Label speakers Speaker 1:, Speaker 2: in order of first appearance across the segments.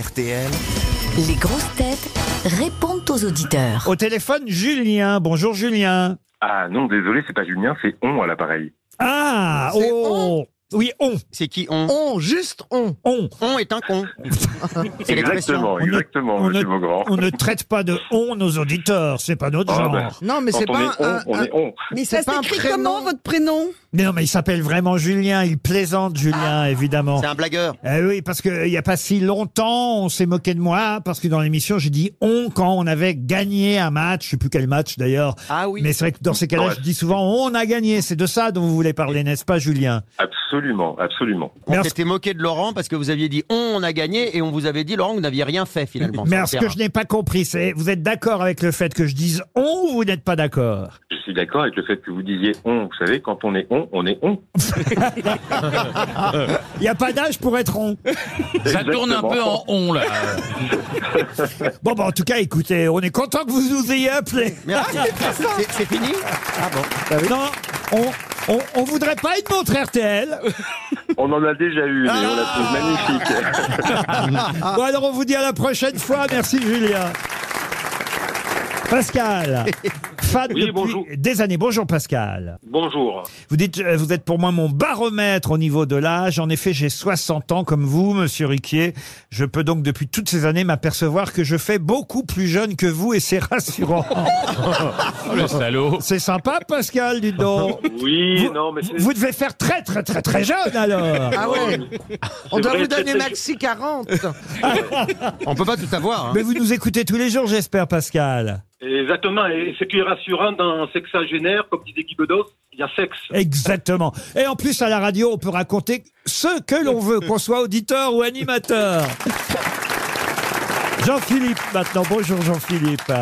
Speaker 1: RTL.
Speaker 2: Les grosses têtes répondent aux auditeurs.
Speaker 3: Au téléphone, Julien. Bonjour, Julien.
Speaker 4: Ah non, désolé, c'est pas Julien, c'est on à l'appareil.
Speaker 3: Ah,
Speaker 5: C'est
Speaker 3: oh Oui, on,
Speaker 5: C'est qui on
Speaker 6: On, juste on.
Speaker 3: on.
Speaker 5: On est un con. C'est l'expression.
Speaker 4: Exactement, exactement,
Speaker 3: on ne-
Speaker 4: monsieur Beaugrand.
Speaker 3: On ne traite pas de on nos auditeurs, c'est pas notre
Speaker 4: Ah,
Speaker 3: genre.
Speaker 4: ben.
Speaker 6: Non, mais
Speaker 4: Quand
Speaker 6: c'est
Speaker 4: on
Speaker 6: pas
Speaker 4: est on,
Speaker 6: un,
Speaker 4: on
Speaker 6: un-
Speaker 4: est on.
Speaker 6: mais
Speaker 7: Ça
Speaker 6: c'est pas un
Speaker 7: s'écrit
Speaker 6: prénom.
Speaker 7: comment votre prénom
Speaker 3: Mais non, mais il s'appelle vraiment Julien, il plaisante Julien, évidemment.
Speaker 5: C'est un blagueur.
Speaker 3: Eh oui, parce qu'il n'y a pas si longtemps, on s'est moqué de moi, parce que dans l'émission, j'ai dit on quand on avait gagné un match, je sais plus quel match d'ailleurs.
Speaker 5: Ah oui.
Speaker 3: Mais c'est vrai que dans ces cas-là,
Speaker 4: Ouais.
Speaker 3: je dis souvent on a gagné, c'est de ça dont vous voulez parler, n'est-ce pas, Julien
Speaker 4: Absolument, absolument.
Speaker 3: Mais
Speaker 5: On
Speaker 3: alors-
Speaker 5: s'était moqué de Laurent parce que vous aviez dit on, on a gagné et on vous avait dit Laurent, vous n'aviez rien fait finalement.
Speaker 3: Mais
Speaker 5: sur
Speaker 3: alors,
Speaker 5: le
Speaker 3: ce que
Speaker 5: terrain.
Speaker 3: je n'ai pas compris, c'est vous êtes d'accord avec le fait que je dise on ou vous n'êtes pas d'accord
Speaker 4: Je suis d'accord avec le fait que vous disiez on. Vous savez, quand on est on, on est on.
Speaker 3: Il n'y a pas d'âge pour être rond.
Speaker 8: Ça
Speaker 4: Exactement.
Speaker 8: tourne un peu en on là.
Speaker 3: Bon, bah, en tout cas, écoutez, on est content que vous nous ayez appelé.
Speaker 6: Ah,
Speaker 5: Merci. C'est- C'est fini Ah bon.
Speaker 3: Non, on, on, on voudrait pas une montre RTL.
Speaker 4: On en a déjà eu, mais on la trouve magnifique.
Speaker 3: Bon, alors, on vous dit à la prochaine fois. Merci, Julien. Pascal, fan
Speaker 4: Oui,
Speaker 3: depuis
Speaker 4: bonjour.
Speaker 3: des années. Bonjour, Pascal.
Speaker 4: Bonjour.
Speaker 3: Vous dites, euh, vous êtes pour moi mon baromètre au niveau de l'âge. En effet, j'ai 60 ans comme vous, monsieur Riquier. Je peux donc depuis toutes ces années m'apercevoir que je fais beaucoup plus jeune que vous et c'est rassurant.
Speaker 8: Oh, le salaud.
Speaker 3: c'est sympa, Pascal, dis donc.
Speaker 4: Oui,
Speaker 3: Vous- Vous devez faire très très très très jeune alors.
Speaker 6: Ah ouais, on
Speaker 4: C'est
Speaker 6: doit
Speaker 4: vrai,
Speaker 6: vous donner
Speaker 4: c'est-
Speaker 6: maxi 40.
Speaker 5: On peut pas tout savoir. hein.
Speaker 3: Mais vous nous écoutez tous les jours, j'espère, Pascal.
Speaker 9: Exactement, et ce qui est rassurant dans Sexagénaire, comme disait Guy Bedos, il y a sexe.
Speaker 3: Exactement. Et en plus, à la radio, on peut raconter ce que l'on veut, qu'on soit auditeur ou animateur. Jean-Philippe, maintenant. Bonjour, Jean-Philippe.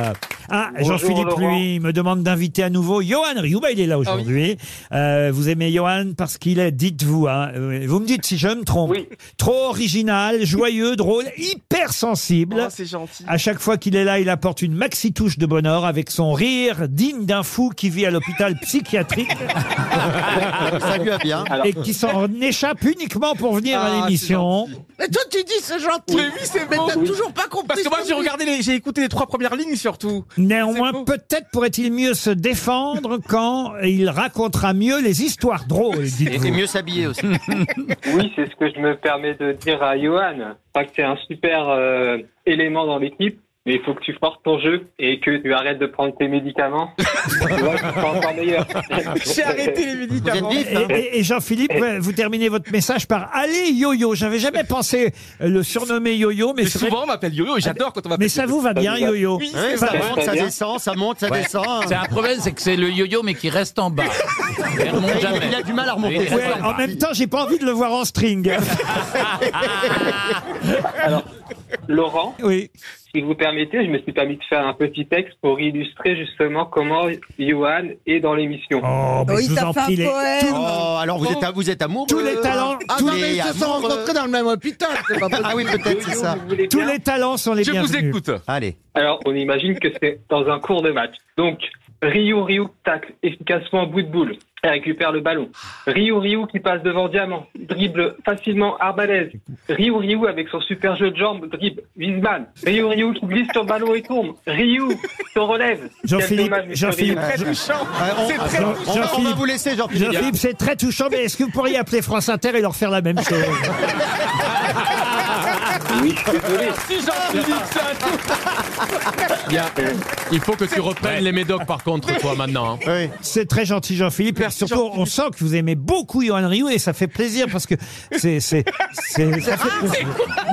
Speaker 3: Ah, Jean-Philippe,
Speaker 9: Laurent.
Speaker 3: lui, me demande d'inviter à nouveau Johan Riouba. Il est là aujourd'hui. Euh, vous aimez Johan parce qu'il est, dites-vous, hein, euh, vous me dites si je me trompe,
Speaker 9: Oui.
Speaker 3: trop original, joyeux, drôle, hypersensible.
Speaker 5: c'est gentil.
Speaker 3: À chaque fois qu'il est là, il apporte une maxi touche de bonheur avec son rire digne d'un fou qui vit à l'hôpital psychiatrique
Speaker 5: Ça lui va bien.
Speaker 3: et qui s'en échappe uniquement pour venir à
Speaker 10: Ah,
Speaker 3: l'émission.
Speaker 6: Mais toi, tu dis c'est gentil. Mais oui, c'est Mais t'as toujours pas compris.
Speaker 10: Parce que
Speaker 6: ce
Speaker 10: moi j'ai
Speaker 6: dit.
Speaker 10: regardé les, j'ai écouté les trois premières lignes surtout. C'est
Speaker 3: Néanmoins,
Speaker 10: beau.
Speaker 3: peut-être pourrait-il mieux se défendre quand il racontera mieux les histoires drôles,
Speaker 5: Et, et
Speaker 3: dites-vous.
Speaker 5: mieux s'habiller aussi.
Speaker 9: Oui, c'est ce que je me permets de dire à Johan. Pas que c'est un super euh, élément dans l'équipe, mais il faut que tu forces ton jeu et que tu arrêtes de prendre tes médicaments. tu vois, tu seras encore meilleur.
Speaker 10: J'ai arrêté les
Speaker 5: Vous êtes
Speaker 10: médicaments.
Speaker 5: vif, hein
Speaker 3: Et, et- et Jean-Philippe, ouais, vous terminez votre message par Allez Yo-Yo. J'avais jamais pensé euh, le surnommer Yo-Yo, mais,
Speaker 10: Mais
Speaker 3: c'est vrai-
Speaker 10: souvent on m'appelle Yo-Yo et j'adore quand on
Speaker 3: mais
Speaker 10: m'appelle.
Speaker 3: ça vous va bien, Yo-Yo.
Speaker 10: Oui,
Speaker 5: Ouais,
Speaker 10: c'est
Speaker 5: ça
Speaker 10: vrai.
Speaker 5: monte, ça descend, ça monte, ça descend.
Speaker 8: C'est un problème, c'est que c'est le yo-yo mais qui reste en bas. Il remonte jamais.
Speaker 5: Il a du mal à
Speaker 8: Il
Speaker 5: remonter.
Speaker 8: reste
Speaker 3: Ouais,
Speaker 8: en
Speaker 3: en
Speaker 8: bas.
Speaker 3: même temps, j'ai pas envie de le voir en string.
Speaker 9: Laurent,
Speaker 3: Oui.
Speaker 9: si vous permettez, je me suis permis de faire un petit texte pour illustrer justement comment Johan est dans l'émission.
Speaker 3: Oh, mais
Speaker 7: Oui,
Speaker 3: je vous
Speaker 7: t'as
Speaker 3: en
Speaker 7: fait un
Speaker 3: prie, les-
Speaker 7: poème.
Speaker 3: tout-
Speaker 5: Oh, alors vous êtes, vous êtes amoureux.
Speaker 3: tous les talents,
Speaker 6: Ah
Speaker 3: tous,
Speaker 6: non,
Speaker 5: les
Speaker 6: mais ils se sont
Speaker 5: amoureux.
Speaker 6: rencontrés dans le même hôpital. C'est pas possible.
Speaker 5: Ah oui, peut-être, c'est
Speaker 9: Yo-Yo,
Speaker 5: ça.
Speaker 9: vous voulez
Speaker 3: tous
Speaker 9: bien
Speaker 3: les talents sont les
Speaker 10: Je vous
Speaker 3: bienvenus.
Speaker 10: écoute.
Speaker 5: Allez.
Speaker 9: Alors, on imagine que c'est dans un cours de match. Donc, Ryu Ryu tacle efficacement bout de boule et récupère le ballon. Ryu Ryu qui passe devant Diamant, dribble facilement Arbalèze. Ryu Ryu avec son super jeu de jambes, dribble Wiesmann. Ryu Ryu qui glisse sur le ballon et tombe. Ryu se relève. Quel
Speaker 3: Jean-Philippe,
Speaker 9: dommage, monsieur
Speaker 3: Jean-Philippe, Ah,
Speaker 9: Ryu.
Speaker 10: Très touchant.
Speaker 5: Euh, on,
Speaker 10: C'est très touchant.
Speaker 3: Jean-
Speaker 5: on va, on va
Speaker 3: Jean-Philippe.
Speaker 5: vous laisser, Jean-Philippe.
Speaker 3: Jean-Philippe, c'est très touchant, mais est-ce que vous pourriez appeler France Inter et leur faire la même chose
Speaker 10: Merci Jean-Philippe, c'est un tout.
Speaker 8: Il faut que tu reprennes les médocs par contre, toi maintenant. hein.
Speaker 5: Oui.
Speaker 3: C'est très gentil, Jean-Philippe. Et
Speaker 10: Merci,
Speaker 3: surtout,
Speaker 10: Jean-Philippe.
Speaker 3: on sent que vous aimez beaucoup Johan Rioux et ça fait plaisir parce que c'est. c'est- c'est- ça fait-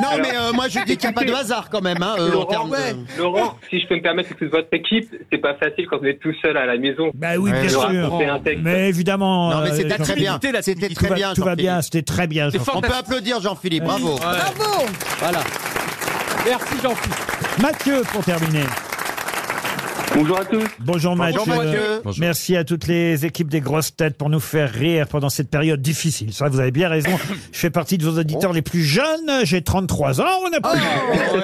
Speaker 5: Non, mais euh, moi je dis qu'il n'y a pas de hasard quand même. Hein, euh, en
Speaker 9: Laurent,
Speaker 5: termes de-
Speaker 9: ouais. Laurent, si je peux me permettre, toute votre équipe, c'est pas facile quand vous êtes tout seul à la maison.
Speaker 3: Bah oui,
Speaker 5: Ouais,
Speaker 3: bien
Speaker 9: de
Speaker 3: sûr.
Speaker 9: raconter un texte.
Speaker 3: Mais évidemment.
Speaker 5: Non, mais
Speaker 3: euh,
Speaker 5: c'était très
Speaker 3: Jean-Philippe,
Speaker 5: bien.
Speaker 10: la
Speaker 5: C'était
Speaker 3: Tout
Speaker 5: très
Speaker 3: va,
Speaker 5: bien.
Speaker 3: tout va
Speaker 5: Jean-Philippe.
Speaker 3: bien, c'était très bien.
Speaker 10: C'est
Speaker 3: Jean-Philippe.
Speaker 5: On peut applaudir Jean-Philippe, bravo.
Speaker 6: Bravo.
Speaker 5: Voilà.
Speaker 10: Merci Jean-Philippe.
Speaker 3: Mathieu, pour terminer.
Speaker 9: Bonjour à tous.
Speaker 3: Bonjour, Mathieu.
Speaker 5: Bonjour Mathieu.
Speaker 3: Merci à toutes les équipes des grosses têtes pour nous faire rire pendant cette période difficile. Ça, vous avez bien raison. Je
Speaker 5: Oh.
Speaker 3: fais partie de vos auditeurs les plus jeunes. J'ai 33 ans. On a plus-
Speaker 5: Ouais.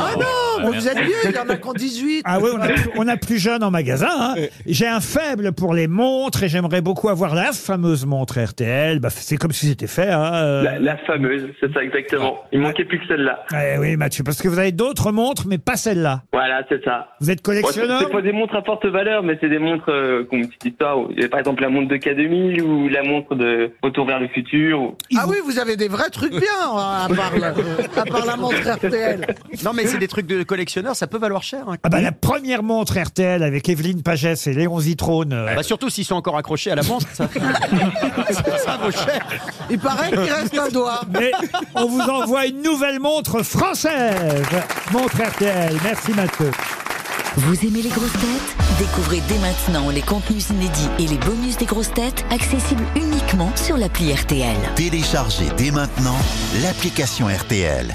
Speaker 8: Ah
Speaker 6: Oh non,
Speaker 9: mais vous êtes vieux, il y en a qui ont 18.
Speaker 3: Ah oui, on a, plus- on a plus jeune en magasin. hein. J'ai un faible pour les montres et j'aimerais beaucoup avoir la fameuse montre RTL. Bah, c'est comme si c'était fait. Hein. euh.
Speaker 11: La, la fameuse, c'est ça exactement. Il manquait plus que celle-là.
Speaker 3: Eh oui, Mathieu, parce que vous avez d'autres montres, mais pas celle-là.
Speaker 11: Voilà, c'est ça.
Speaker 3: Vous êtes
Speaker 11: Bon, c'est
Speaker 3: collectionneur
Speaker 11: c'est pas des montres à forte valeur, mais c'est des montres euh, qui ont une petite histoire. Il y a Par exemple, la montre de K2000 ou la montre de Retour vers le futur. ou-
Speaker 9: Ah oui, vous avez des vrais trucs bien, hein, à part la, à part la montre RTL.
Speaker 5: Non, mais c'est des trucs de collectionneur, ça peut valoir cher. hein.
Speaker 3: Ah bah la première montre RTL avec Evelyne Pagès et Léon Zitrone.
Speaker 8: Ah
Speaker 3: euh,
Speaker 5: Bah, surtout s'ils sont encore accrochés à la montre, ça, ça vaut cher.
Speaker 9: Il paraît qu'il reste un doigt.
Speaker 3: Mais on vous envoie une nouvelle montre française. Montre RTL. Merci Mathieu.
Speaker 2: Vous aimez les grosses têtes Découvrez dès maintenant les contenus inédits et les bonus des grosses têtes accessibles uniquement sur l'appli RTL.
Speaker 10: Téléchargez dès maintenant l'application RTL.